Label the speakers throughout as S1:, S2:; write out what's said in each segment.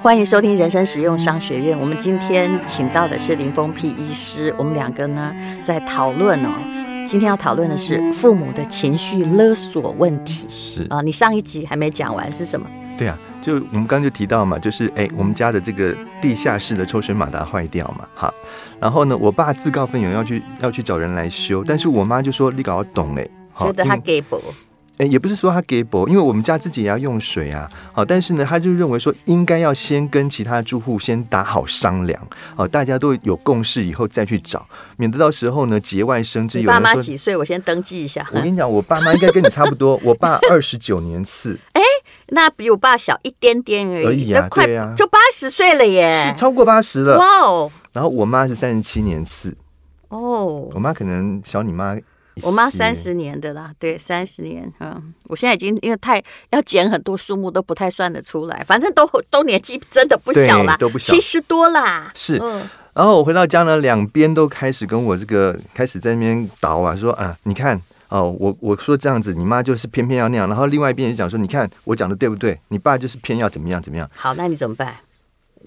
S1: 欢迎收听人生实用商学院。我们今天请到的是林峰辟医师，我们两个呢在讨论哦。今天要讨论的是父母的情绪勒索问题
S2: 是
S1: 啊、你上一集还没讲完是什么？
S2: 对啊，就我们刚刚就提到嘛，就是哎、我们家的这个地下室的抽水马达坏掉嘛，哈，然后呢，我爸自告奋勇要去要去找人来修，但是我妈就说你搞懂嘞，好
S1: 觉得
S2: 因
S1: 他
S2: 为
S1: 给不？
S2: 诶也不是说他给薄，因为我们家自己也要用水啊。好，但是呢，他就认为说应该要先跟其他住户先打好商量，好，大家都有共识以后再去找，免得到时候呢节外生枝。
S1: 你
S2: 有
S1: 爸
S2: 人
S1: 妈
S2: 说，
S1: 几岁？我先登记一下。嗯
S2: 我跟你讲，我爸妈应该跟你差不多，我爸二十九 年次，
S1: 那比我爸小一点点而已，
S2: 而已啊
S1: 那快
S2: 对啊
S1: 就八十岁了
S2: 是
S1: 耶！
S2: 超过八十了。
S1: 哇哦，
S2: 然后我妈是三十七年次，
S1: 哦，
S2: 我妈可能小你妈一些，
S1: 我妈三十年的啦，对，三十年，嗯，我现在已经因为太要减很多数目都不太算得出来，反正都都年纪真的不小啦，
S2: 对都不小
S1: 七十多啦，
S2: 是。
S1: 嗯，
S2: 然后我回到家呢，两边都开始跟我这个开始在那边倒啊，说啊，你看哦，我我说这样子，你妈就是偏偏要那样。然后另外一边也讲说，你看我讲的对不对？你爸就是偏要怎么样怎么样。
S1: 好，那你怎么办？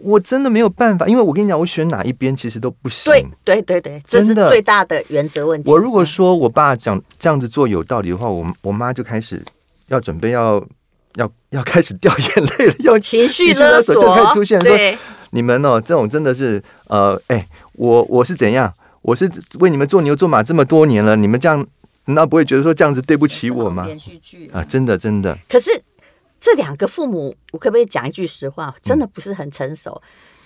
S2: 我真的没有办法，因为我跟你讲，我选哪一边其实都不行。
S1: 对对对对，这是
S2: 真的
S1: 最大的原则问题。
S2: 我如果说我爸讲这样子做有道理的话，我我妈就开始要准备要要要开始掉眼泪了，要
S1: 情绪
S2: 情绪勒
S1: 勒
S2: 索
S1: 索
S2: 就会出现说
S1: 对，
S2: 你们哦，这种真的是，呃，哎，我我是怎样？我是为你们做牛做马这么多年了，你们这样，难道不会觉得说这样子对不起我吗？
S1: 连续剧
S2: 啊，真的真的，
S1: 可是这两个父母，我可不可以讲一句实话？真
S2: 嗯
S1: 的不是很成熟。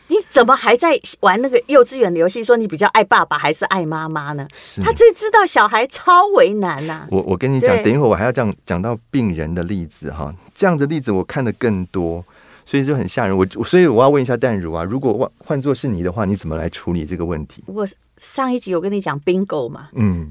S1: 你怎么还在玩那个幼稚园的游戏？说你比较爱爸爸还是爱妈妈呢？
S2: 是
S1: 他最知道小孩超为难啊呐、
S2: 我我跟你讲
S1: 对，
S2: 等一会儿我还要这样讲到病人的例子哈，这样的例子我看的更多，所以就很吓人。我我所以我要问一下淡如啊，如果换换作是你的话，你怎么来处理这个问题？
S1: 我上一集有跟你讲 bingo 嘛，
S2: 嗯，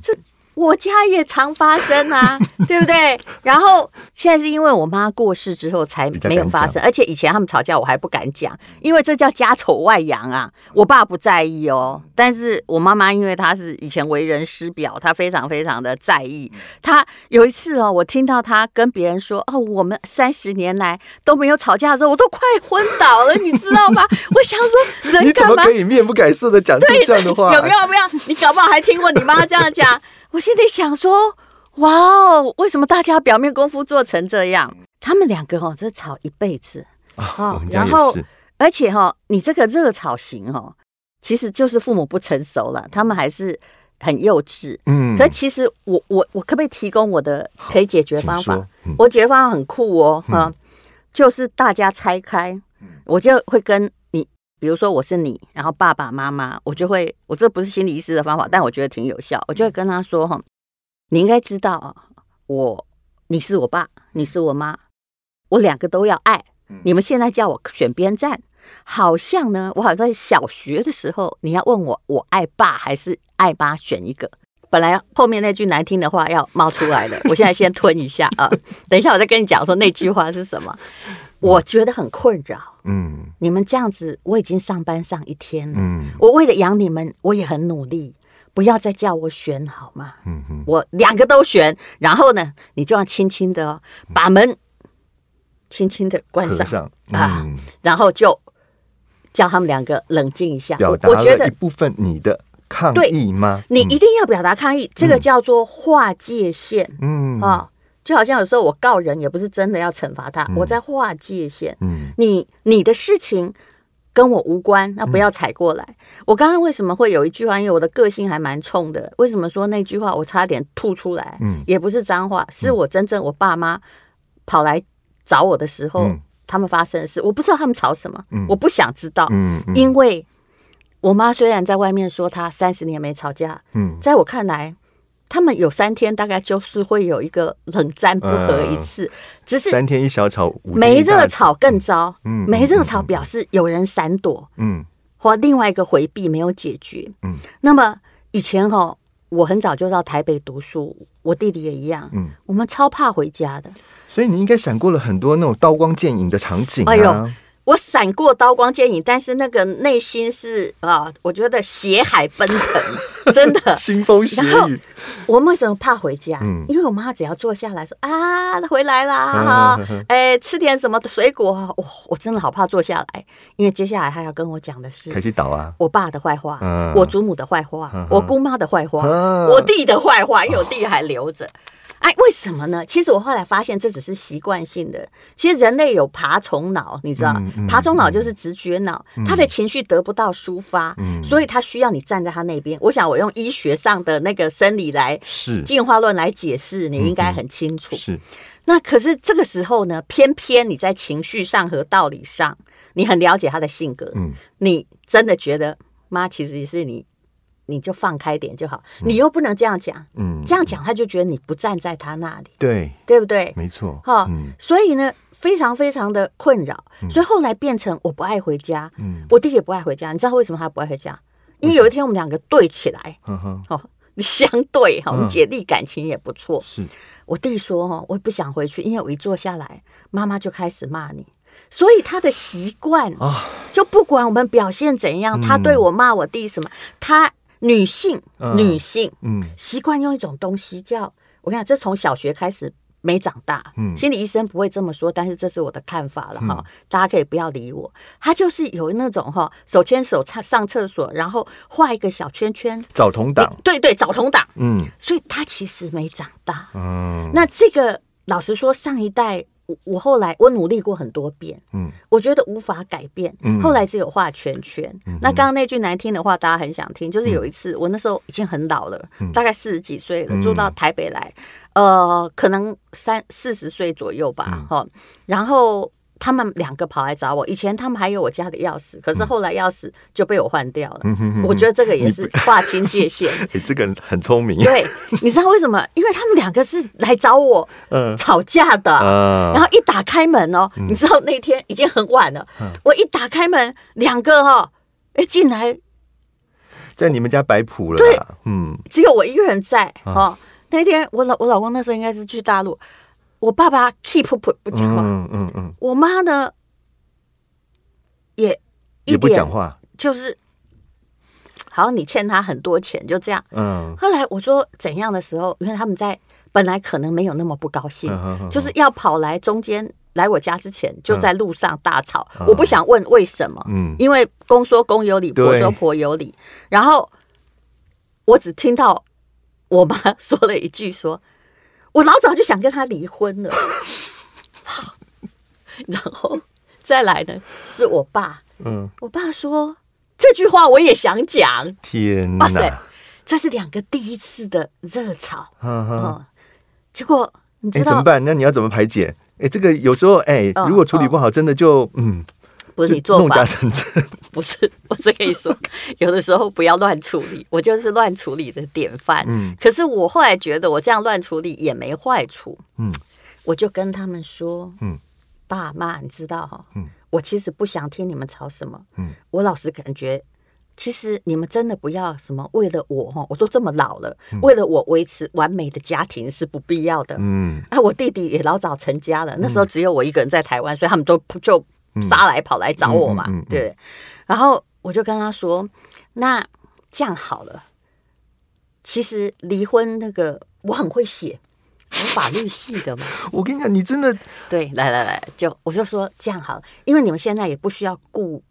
S1: 我家也常发生 啊，对不对？然后现在是因为我妈过世之后才
S2: 比较
S1: 没有
S2: 敢
S1: 发
S2: 讲
S1: 生，而且以前他们吵架我还不敢讲，因为这叫家丑外扬啊。我爸不在意哦，但是我妈妈因为她是以前为人师表，她非常非常的在意。她有一次哦，我听到她跟别人说：“哦，我们三十年来都没有吵架的时候，我都快昏倒了，你知道吗？”我想说，
S2: 你
S1: 人
S2: 怎
S1: 干
S2: 么
S1: 嘛
S2: 可以面不改色的讲出这样的话？
S1: 有没有？有没有？你搞不好还听过你妈这样 讲。我心里想说，哇哦，为什么大家表面功夫做成这样？他们两个哦，这吵一辈子，哦
S2: 嗯啊？我们家
S1: 然
S2: 也
S1: 后
S2: 是，
S1: 而且哈、哦，你这个热炒型哦，其实就是父母不成熟了，他们还是很幼稚。
S2: 嗯
S1: 可其实我我我可不可以提供我的可以解决
S2: 请
S1: 方法
S2: 说？嗯
S1: 我解决方法很酷哦，哈、就是大家拆开，我就会跟你，比如说我是你，然后爸爸妈妈，我就会，我这不是心理医师的方法，但我觉得挺有效，我就会跟他说哈，你应该知道啊，我你是我爸，你是我妈，我两个都要爱，你们现在叫我选边站。好像呢，我好像在小学的时候，你要问我我爱爸还是爱妈选一个，本来后面那句难听的话要冒出来了，我现在先吞一下啊，等一下我再跟你讲说那句话是什么。我觉得很困扰，
S2: 嗯
S1: 你们这样子，我已经上班上一天了，
S2: 嗯
S1: 我为了养你们，我也很努力，不要再叫我选好吗？
S2: 嗯嗯，
S1: 我两个都选，然后呢，你就要轻轻的、哦、把门轻轻的关
S2: 合
S1: 上，
S2: 上
S1: 啊
S2: 嗯。
S1: 然后就叫他们两个冷静一下。
S2: 表达
S1: 我我觉
S2: 了
S1: 得
S2: 一嗯部分你的抗议吗？
S1: 你一定要表达抗议，这个叫做划界线。
S2: 嗯
S1: 啊、就好像有时候我告人也不是真的要惩罚他，我在划界限。
S2: 嗯
S1: 你你的事情跟我无关，那
S2: 嗯
S1: 不要踩过来。我刚刚为什么会有一句话？因为我的个性还蛮冲的，为什么说那句话我差点吐出来？
S2: 嗯
S1: 也不是脏话，是我真正我爸妈跑来找我的时候，
S2: 嗯
S1: 他们发生的事，我不知道他们吵什么，我不想知道，
S2: 嗯嗯
S1: 因为我妈虽然在外面说她三十年没吵架，
S2: 嗯
S1: 在我看来，他们有三天大概就是会有一个冷战不合
S2: 呃
S1: 一次，只是
S2: 三天一小吵，五天
S1: 没
S2: 一大
S1: 热吵更糟。
S2: 嗯嗯
S1: 没热吵表示有人闪躲
S2: 嗯
S1: 或另外一个回避没有解决。
S2: 嗯，
S1: 那么以前哈、我很早就到台北读书，我弟弟也一样。
S2: 嗯，
S1: 我们超怕回家的。
S2: 所以你应该闪过了很多那种刀光剑影的场景、啊。
S1: 哎呦我闪过刀光剑影，但是那个内心是啊，我觉得血海奔腾，真 的。
S2: 腥风血
S1: 然后
S2: 雨，
S1: 我为什么怕回家？
S2: 嗯
S1: 因为我妈只要坐下来说啊，回来啦，
S2: 嗯
S1: 哈、哎，吃点什么水果，哇、我真的好怕坐下来，因为接下来她要跟我讲的是
S2: 开始倒啊！
S1: 我爸的坏话，
S2: 嗯
S1: 我祖母的坏话，
S2: 嗯
S1: 我姑妈的坏话，
S2: 嗯
S1: 我弟的坏话，因为我弟还留着。哎，为什么呢？其实我后来发现，这只是习惯性的。其实人类有爬虫脑，你知道，
S2: 嗯嗯
S1: 爬虫脑就是直觉脑，他的情绪得不到抒发，
S2: 嗯
S1: 所以他需要你站在他那边。我想，我用医学上的那个生理来
S2: 是
S1: 进化论来解释，你应
S2: 嗯
S1: 该很清楚。
S2: 是，
S1: 那可是这个时候呢，偏偏你在情绪上和道理上，你很了解他的性格，
S2: 嗯
S1: 你真的觉得妈其实是你，你就放开点就好，你又不能这样讲，
S2: 嗯，
S1: 这样讲他就觉得你不站在他那里，
S2: 对，
S1: 对不对？
S2: 没错，
S1: 哈、
S2: 嗯
S1: 所以呢，非常非常的困扰，所以后来变成我不爱回家，
S2: 嗯，
S1: 我弟也不爱回家，你知道为什么他不爱回家？因为有一天我们两个对起来，
S2: 呵呵，
S1: 哦，相对哈，我们
S2: 嗯
S1: 姐弟感情也不错，
S2: 是，
S1: 我弟说：“哦，我不想回去，因为我一坐下来，妈妈就开始骂你。”所以他的习惯
S2: 啊
S1: 就不管我们表现怎样，他对我骂我弟什么，他女性
S2: 嗯
S1: 女性
S2: 嗯
S1: 习惯用一种东西叫我跟你讲，这从小学开始没长大，
S2: 嗯
S1: 心理医生不会这么说，但是这是我的看法了哈，大家可以不要理我。他就是有那种哈，手牵手上上厕所，然后画一个小圈圈，
S2: 找同党，
S1: 对对，找同党，
S2: 嗯
S1: 所以他其实没长大。
S2: 嗯
S1: 那这个老实说，上一代我我后来我努力过很多遍，
S2: 嗯，
S1: 我觉得无法改变，
S2: 嗯
S1: 后来只有画圈圈。那刚刚那句难听的话，大家很想听，
S2: 嗯
S1: 就是有一次、我那时候已经很老了，大概四十几岁
S2: 嗯
S1: 了，住到台北来，呃，可能三四十岁左右吧，
S2: 嗯
S1: 哈、然后。他们两个跑来找我，以前他们还有我家的钥匙，可
S2: 嗯
S1: 是后来钥匙就被我换掉了。我觉得这个也是划清界 限。
S2: 哎，这个人很聪明，
S1: 对，你知道为什么？因为他们两个是来找我
S2: 嗯
S1: 吵架的。然
S2: 啊，
S1: 后一打开门哦，你知道那天已经很晚了，
S2: 嗯
S1: 我一打开门，两个哦，哎进来，
S2: 在你们家摆谱了啦，嗯
S1: 只有我一个人在哦。那天我老我老公那时候应该是去大陆，我爸爸 keep 不不讲话，
S2: 嗯嗯嗯，
S1: 我妈呢也一
S2: 也不
S1: 点
S2: 讲话，
S1: 就是好像你欠他很多钱，就这样。
S2: 嗯
S1: 后来我说怎样的时候，因为他们在本来可能没有那么不高兴，
S2: 嗯哼哼
S1: 就是要跑来中间来我家之前，就在路上大吵。
S2: 嗯
S1: 我不想问为什么，
S2: 嗯
S1: 因为公说公有理，
S2: 对
S1: 婆说婆有理。然后我只听到我妈说了一句说：“我老早就想跟他离婚 了。”然后再来呢，是我爸。
S2: 嗯，
S1: 我爸说这句话我也想讲，
S2: 天
S1: 哇塞
S2: 哪，，
S1: 这是两个第一次的热吵
S2: 嗯
S1: 啊、
S2: 哼
S1: 哦结果你知
S2: 哎，怎么
S1: 道，
S2: 办？那你要怎么排解？哎，这个有时候，哎，
S1: 嗯
S2: 如果处理不好，真的就嗯，
S1: 不哦是
S2: 就
S1: 你做
S2: 弄假
S1: 法，
S2: 成真，
S1: 不是，我只可以说，有的时候不要乱处理，我就是乱处理的典范。
S2: 嗯
S1: 可是我后来觉得，我这样乱处理也没坏处。
S2: 嗯，
S1: 我就跟他们说，
S2: 嗯，
S1: 爸妈，你知道哈、
S2: 嗯
S1: 我其实不想听你们吵什么，
S2: 嗯，
S1: 我老是感觉，其实你们真的不要什么为了我哈，我都这么老了，为了我维持完美的家庭是不必要的，
S2: 嗯
S1: 啊，我弟弟也老早成家了，那时候只有我一个人在台湾，所以他们都就杀来跑来找我嘛，
S2: 嗯嗯嗯嗯嗯
S1: 对。然后我就跟他说：“那这样好了，其实离婚那个我很会写，我法律系的嘛，
S2: 我跟你讲，你真的
S1: 对，来来来，就我就说这样好了，因为你们现在也不需要顾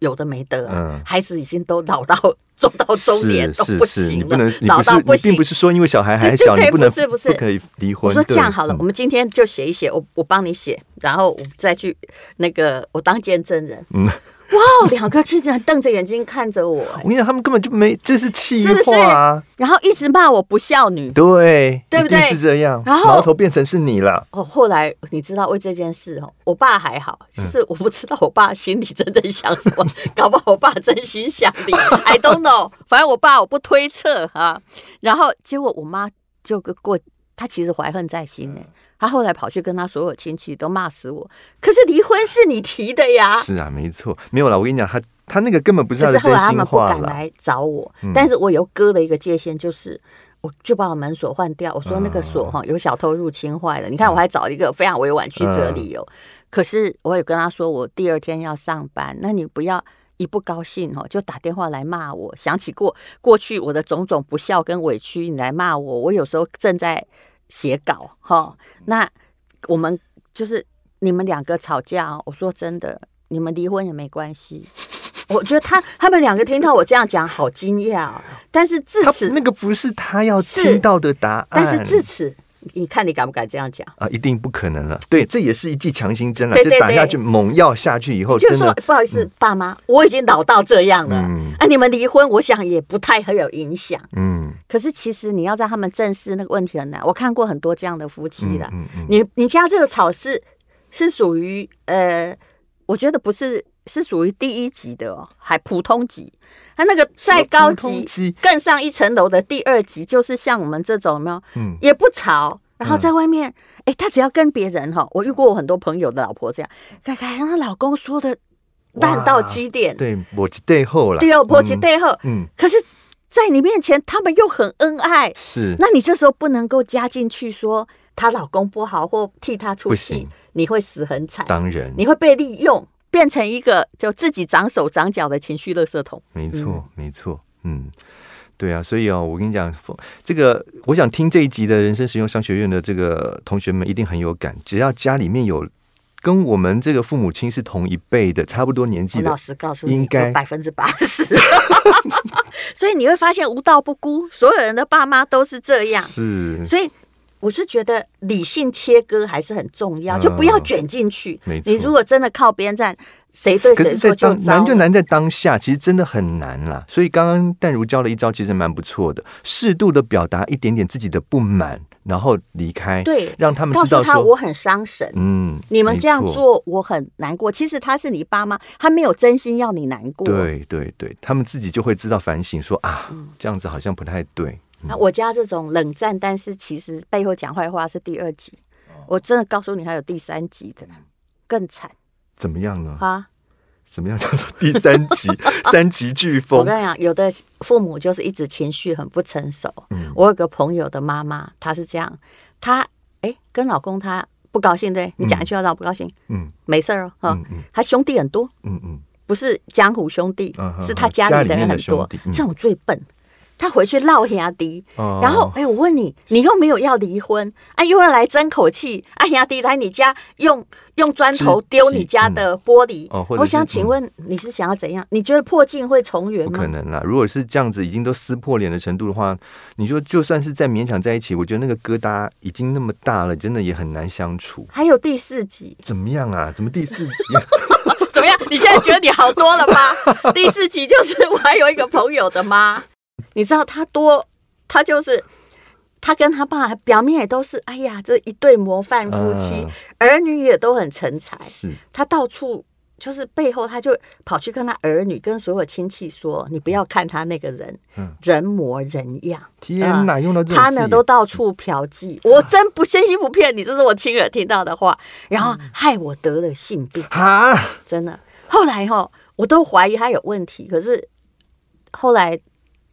S1: 有的没得、啊，
S2: 嗯
S1: 孩子已经都老到走到中年
S2: 是
S1: 都
S2: 是
S1: 不
S2: 是，你
S1: 行
S2: 不
S1: 了，
S2: 能，你
S1: 老
S2: 不
S1: 到
S2: 是，
S1: 不
S2: 你
S1: 行
S2: 并不。”是说因为小孩还
S1: 对对
S2: 小，你
S1: 对
S2: 不能
S1: 不是不是
S2: 可以离婚。
S1: 我说这
S2: 对
S1: 样好了，我
S2: 嗯
S1: 们今天就写一写，我我帮你写，然后我再去那个我当见证人。
S2: 嗯
S1: 哇，两个记者瞪着眼睛看着我、
S2: 我跟你讲，他们根本就没，这是气
S1: 是不是
S2: 话啊，
S1: 然后一直骂我不孝女。
S2: 对，
S1: 对不
S2: 一定
S1: 对
S2: 是这样，
S1: 然后
S2: 矛头变成是你了，
S1: 哦，后来你知道为这件事哦，我爸还好，其实我不知道我爸心里真正想什么，搞不好我爸真心想你，I don't know。反正我爸我不推测啊。然后结果我妈就跟过，她其实怀恨在心呢、她后来跑去跟她所有亲戚都骂死我，可是离婚是你提的呀，
S2: 是啊，没错，没有啦，我跟你讲，他他那个根本不是他
S1: 可
S2: 的
S1: 是后
S2: 真
S1: 来他
S2: 心
S1: 们不
S2: 话嗯
S1: 敢
S2: 啦，
S1: 来找我，但是我有割了一个界限，就是。我就把我门锁
S2: 嗯嗯
S1: 换掉，我说那个锁哈有小偷入侵坏了。你看我还找一个非常委婉曲折的理由，哦可是我也跟他说，我第二天要上班，那你不要一不高兴哦，就打电话来骂我。想起过过去我的种种不孝跟委屈，你来骂我。我有时候正在写稿哈、
S2: 嗯
S1: 那我们就是你们两个吵架哦，我说真的，你们离婚也没关系。 我觉得他他们两个听到我这样讲，好惊讶哦。但是至
S2: 他哎
S1: 此，
S2: 那个不是他要
S1: 是
S2: 听到的答案，
S1: 但是至此，你看你敢不敢这样讲？
S2: 啊，一定不可能了。对，这也是一剂强心针了。啊
S1: 对对
S2: 这打下
S1: 对
S2: 去，猛药下去以后，
S1: 就
S2: 哦真
S1: 说
S2: 的
S1: 不好意思，爸妈，我已经老到这样了。
S2: 嗯
S1: 啊，你们离婚，我想也不太很有影响。
S2: 嗯
S1: 可是其实你要让他们正视那个问题很难。我看过很多这样的夫妻
S2: 嗯
S1: 了。
S2: 嗯嗯，
S1: 你你家这个吵是是属于呃，我觉得不是是属于第一级的哦，还普通级。他那个再高
S2: 普通
S1: 级
S2: 级，
S1: 更上一层楼的第二级，就是像我们这种有没有？
S2: 嗯
S1: 也不吵，然后在外面，哎、她只要跟别人哈，我遇过我很多朋友的老婆这样，看看她老公说的烂到极点，
S2: 对，我背后了，
S1: 对哦，婆媳背后，
S2: 嗯，
S1: 可是在你面前他们又很恩爱，
S2: 是
S1: 那你这时候不能够加进去说她老公不好或替她出
S2: 不
S1: 气
S2: 行，
S1: 你会死很惨，
S2: 当然，
S1: 你会被利用，变成一个就自己长手长脚的情绪垃圾桶。
S2: 没错，没错，嗯。对啊，所以哦，我跟你讲，这个我想听这一集的人生实用商学院的这个同学们一定很有感。只要家里面有跟我们这个父母亲是同一辈的，差不多年纪
S1: 我
S2: 的
S1: 老，实告诉你
S2: 应，该
S1: 百分之八十。 所以你会发现无道不孤，所有人的爸妈都是这样。
S2: 是
S1: 所以我是觉得理性切割还是很重要，
S2: 嗯
S1: 就不要卷进去。
S2: 没错
S1: 你如果真的靠边站，谁对
S2: 可
S1: 谁
S2: 是，在
S1: 错就
S2: 当
S1: 糟
S2: 难就
S1: 了。
S2: 难在当下，其实真的很难啦。所以刚刚淡如教了一招，其实蛮不错的，适度的表达一点点自己的不满，然后离开，
S1: 对
S2: 让他们
S1: 告
S2: 知
S1: 诉
S2: 道
S1: 他
S2: 说，
S1: 我很伤神，
S2: 嗯，
S1: 你们这样
S2: 没错，
S1: 做我很难过。其实他是你爸妈，他没有真心要你难过。
S2: 对对对，他们自己就会知道反省说啊，
S1: 嗯
S2: 这样子好像不太对。
S1: 那我家这种冷战，但是其实背后讲坏话是第二集。
S2: 哦
S1: 我真的告诉你，还有第三集
S2: 嗯
S1: 的，更惨
S2: 怎么样呢？
S1: 啊！
S2: 怎么样叫做第三集 三级飓
S1: 我
S2: 风？
S1: 跟你讲，有的父母就是一直情绪很不成熟。
S2: 嗯
S1: 我有个朋友的妈妈，她是这样，她哎跟老公她不高兴，对你讲一句话让我不高兴，
S2: 嗯
S1: 没事儿哦，哈
S2: 嗯嗯
S1: 她兄弟很多，
S2: 嗯嗯，
S1: 不是江湖兄弟
S2: 嗯哼，
S1: 是她家里的人很
S2: 家里面
S1: 多
S2: 的兄弟，嗯
S1: 这种最笨。她回去落下低，
S2: 哦
S1: 然后哎，我问你，你又没有要离婚，啊，又要来争口气，啊，下低来你家用用砖头
S2: 肢体
S1: 丢你家的玻璃
S2: 哦或，者
S1: 我
S2: 是
S1: 想请问你是想要怎样？你觉得破镜会重圆
S2: 不
S1: 吗
S2: 可？能啦！如果是这样子，已经都撕破脸的程度的话，你说就算是再勉强在一起，我觉得那个疙瘩已经那么大了，真的也很难相处。
S1: 还有第四集，
S2: 怎么样啊？怎么第四集、啊
S1: 怎么样？你现在觉得你好多了吧？ 第四集就是我还有一个朋友的妈，你知道她多，她就是她跟她爸表面也都是，哎呀，这一对模范夫妻，
S2: 嗯
S1: 儿女也都很成才，
S2: 是
S1: 她到处。就是背后，她就跑去跟她儿女、跟所有亲戚说：“你不要看她那个人，
S2: 嗯
S1: 人模人样。”啊
S2: 天哪，用到这种
S1: 他
S2: 字
S1: 呢
S2: 眼
S1: 都到处嫖妓，我真不真心不骗你，这是我亲耳听到的话，然后
S2: 嗯
S1: 害我得了性病。
S2: 哈，
S1: 真的。后来哈，我都怀疑他有问题，可是后来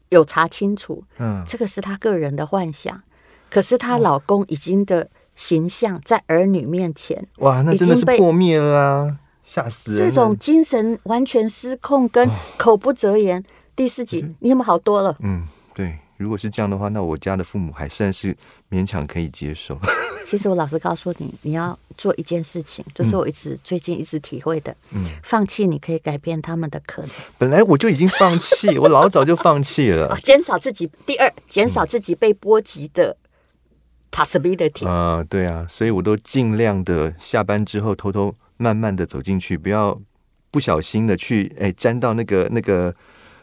S1: 有查清楚，
S2: 嗯，
S1: 这个是她个人的幻想。可是她老公已经的形象在儿女面前，
S2: 哇，那真的
S1: 已经
S2: 是
S1: 被
S2: 破灭了啊，吓死人
S1: 这
S2: 了！
S1: 种精神完全失控跟口不择言。第四集你有没有好多了？
S2: 嗯，对，如果是这样的话，那我家的父母还算是勉强可以接受。
S1: 其实我老实告诉你，你要做一件事情，这是我一直最近一直体会的，放弃你可以改变他们的可能。
S2: 本来我就已经放弃，我老早就放弃
S1: 哦
S2: 了。，
S1: 减少自己第二，减少自己被波及的 possibility。
S2: 啊、对啊，所以我都尽量的下班之后偷偷慢慢的走进去，不要不小心的去哎沾到那个那个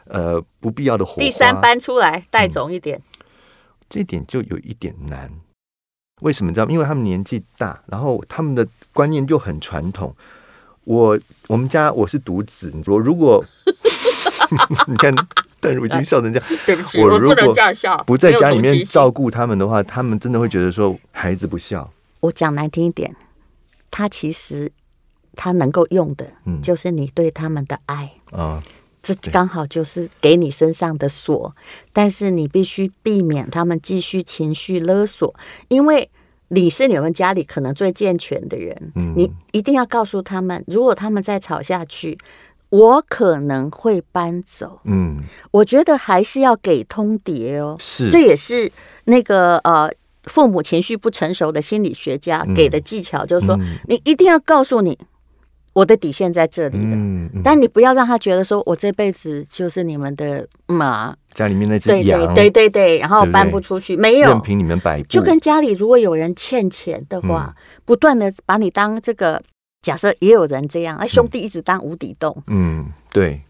S2: 呃不必要的火花。嗯
S1: 第三班出来带总一点，
S2: 这一点就有一点难。为什么你知道吗？因为他们年纪大，然后他们的观念就很传统。我我们家我是独子，我如 果 你看，但如今笑成这样，
S1: 对不起，
S2: 我
S1: 我
S2: 如
S1: 不能
S2: 果
S1: 这样笑。
S2: 不在
S1: 没有
S2: 家里
S1: 同
S2: 面
S1: 情心
S2: 照顾他们的话，他们真的会觉得说孩子不孝。
S1: 我讲难听一点，他其实他能够用的，
S2: 嗯
S1: 就是你对他们的爱，
S2: 啊、
S1: 这刚好就是给你身上的锁。但是你必须避免他们继续情绪勒索，因为你是你们家里可能最健全的人，
S2: 嗯
S1: 你一定要告诉他们，如果他们再吵下去，我可能会搬走。
S2: 嗯，
S1: 我觉得还是要给通牒哦，
S2: 是
S1: 这也是那个呃。父母情绪不成熟的心理学家给的技巧，就是
S2: 嗯
S1: 说，你一定要告诉你，我的底线在这里的，
S2: 嗯，嗯
S1: 但你不要让他觉得说我这辈子就是你们的马，
S2: 家里面那只
S1: 对对
S2: 羊，
S1: 对对对，然后
S2: 对不对
S1: 搬不出去，没
S2: 任
S1: 有，
S2: 凭嗯你们摆布，
S1: 就跟家里如果有人欠钱的话，
S2: 嗯
S1: 不断的把你当这个。假设也有人这样，啊，兄弟一直当无底洞，
S2: 嗯，对，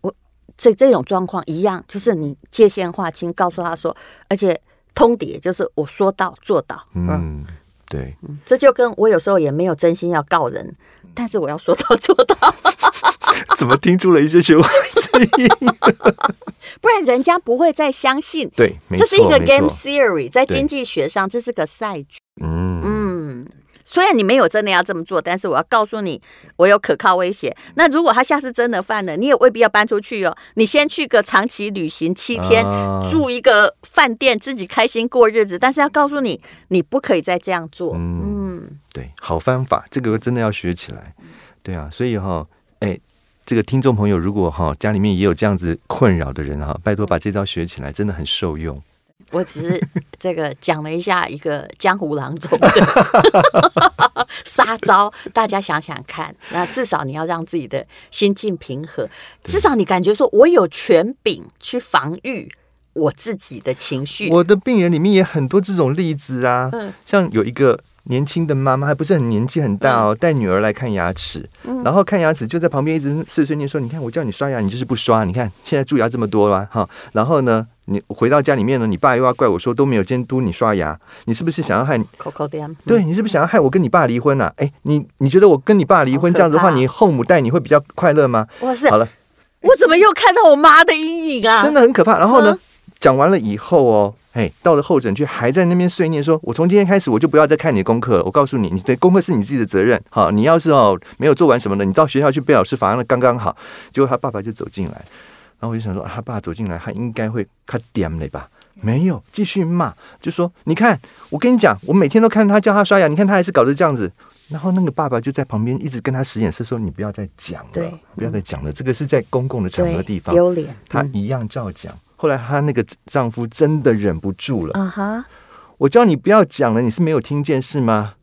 S1: 这这种状况一样，就是你界限划清，告诉他说，而且通牒就是我说到做到，嗯，
S2: 嗯，对，
S1: 这就跟我有时候也没有真心要告人，
S2: 嗯
S1: 但是我要说到做到，
S2: 怎么听出了一些学问之意？
S1: 不然人家不会再相信。
S2: 对，没
S1: 这
S2: 错，
S1: 是一个
S2: 没
S1: game
S2: 错
S1: theory，在
S2: 对
S1: 经济学上这是个赛局。
S2: 嗯，
S1: 嗯，虽然你没有真的要这么做，但是我要告诉你，我有可靠威胁。那如果他下次真的犯了，你也未必要搬出去哦。你先去个长期旅行七天，
S2: 啊
S1: 住一个饭店，自己开心过日子。但是要告诉你，你不可以再这样做。嗯，
S2: 对，好方法，这个真的要学起来。对啊，所以哈、哎，这个听众朋友，如果哈、家里面也有这样子困扰的人哈、拜托把这招学起来，真的很受用。
S1: 我只是这个讲了一下一个江湖郎中 的杀招，大家想想看。那至少你要让自己的心境平和，至少你感觉说我有权柄去防御我自己的情绪。
S2: 我的病人里面也很多这种例子啊，
S1: 嗯
S2: 像有一个年轻的妈妈，还不是很年纪很大
S1: 嗯
S2: 哦，带女儿来看牙齿，然后看牙齿就在旁边一直碎碎念说：“你看，我叫你刷牙，你就是不刷，你看现在蛀牙这么多啦，哈。”然后呢，你回到家里面呢，你爸又要怪我说都没有监督你刷牙，你是不是想要害你？
S1: 口口的，
S2: 对你是不是想要害我跟你爸离婚啊？哎，你你觉得我跟你爸离
S1: 好可
S2: 婚
S1: 怕
S2: 这样子的话，你后母带你会比较快乐吗？
S1: 哇塞
S2: 好，了，
S1: 我怎么又看到我妈的阴影啊？
S2: 真
S1: 的，
S2: 的很可怕。然后呢
S1: 嗯，
S2: 讲完了以后哦，哎，到了候诊区还在那边碎念说，我从今天开始我就不要再看你的功课了。我告诉你，你的功课是你自己的责任。好，你要是哦没有做完什么的，你到学校去被老师罚了刚刚好。结果他爸爸就走进来，然后我就想说，啊他爸走进来，他应该会他点了吧。没有，继续骂，就说你看，我跟你讲，我每天都看他叫他刷牙，你看他还是搞得这样子。然后那个爸爸就在旁边一直跟他使眼色说：“你不要再讲了
S1: 对，
S2: 不要再讲了，这个是在公共的场合
S1: 对，
S2: 地方。”
S1: 丢脸。
S2: 她一样照讲。后来她那个丈夫真的忍不住了，
S1: 啊哈，
S2: 我叫你不要讲了，你是没有听见是吗？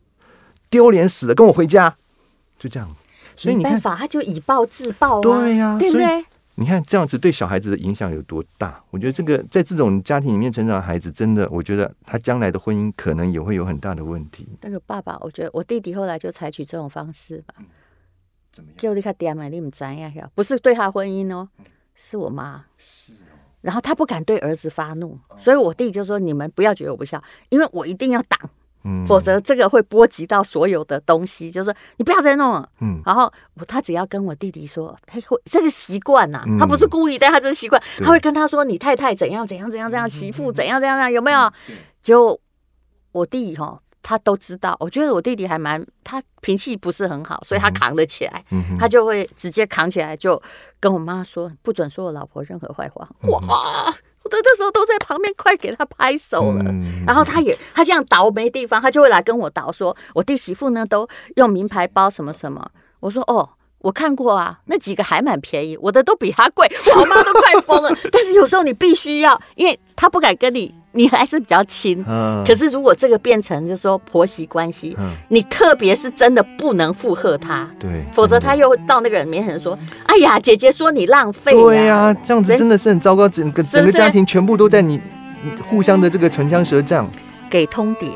S2: 丢脸死了，跟我回家，就这样。所以
S1: 没
S2: 你
S1: 办
S2: 看，
S1: 法，他就以暴制暴啊，
S2: 对呀
S1: 对不
S2: 所以
S1: 对？
S2: 你看这样子对小孩子的影响有多大？我觉得这个在这种家庭里面成长的孩子，真的，我觉得他将来的婚姻可能也会有很大的问题。
S1: 那个爸爸，我觉得我弟弟后来就采取这种方式吧。
S2: 怎么样？
S1: 就你看点买，你唔知呀，不是对他婚姻哦，是哦我妈。然后他不敢对儿子发怒，
S2: 哦
S1: 所以我弟就说：“你们不要觉得我不孝，因为我一定要挡，
S2: 嗯
S1: 否则这个会波及到所有的东西。”就是说你不要再弄了。
S2: 嗯，
S1: 然后我他只要跟我弟弟说，他会这个习惯呐、啊
S2: 嗯
S1: 他不是故意，但他这是习惯，
S2: 对嗯
S1: 他会跟他说你太太怎样怎样怎样怎样，媳妇怎样怎样怎样，有没有？就我弟哈、他都知道。我觉得我弟弟还蛮，他脾气不是很好，所以他扛得起来，
S2: 嗯哼
S1: 他就会直接扛起来，就跟我妈说不准说我老婆任何坏话。
S2: 嗯
S1: 哇，我的那时候都在旁边，快给他拍手了。
S2: 嗯
S1: 然后他也他这样倒没地方，他就会来跟我倒说，我弟媳妇呢都用名牌包什么什么。我说哦，我看过啊，那几个还蛮便宜，我的都比他贵，我妈都快疯 了。但是有时候你必须要，因为他不敢跟你，你还是比较亲。
S2: 嗯
S1: 可是如果这个变成就是说婆媳关系，
S2: 嗯
S1: 你特别是真的不能附和他，
S2: 对，
S1: 否则
S2: 真的
S1: 他又到那个人面前说：“哎呀，姐姐说你浪费、
S2: 对呀、这样子真的是很糟糕，整个整
S1: 是
S2: 个
S1: 不是
S2: 家庭全部都在你你互相的这个唇枪舌战。
S1: 给通牒，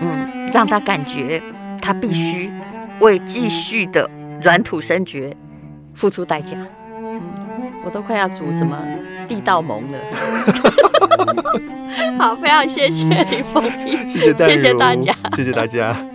S1: 嗯，让他感觉他必须为继续的软土生绝付出代价。嗯，我都快要煮什么地道盟 了。好，非常谢谢李凤平，
S2: 谢谢淡如，
S1: 谢谢大家。
S2: 谢谢大家。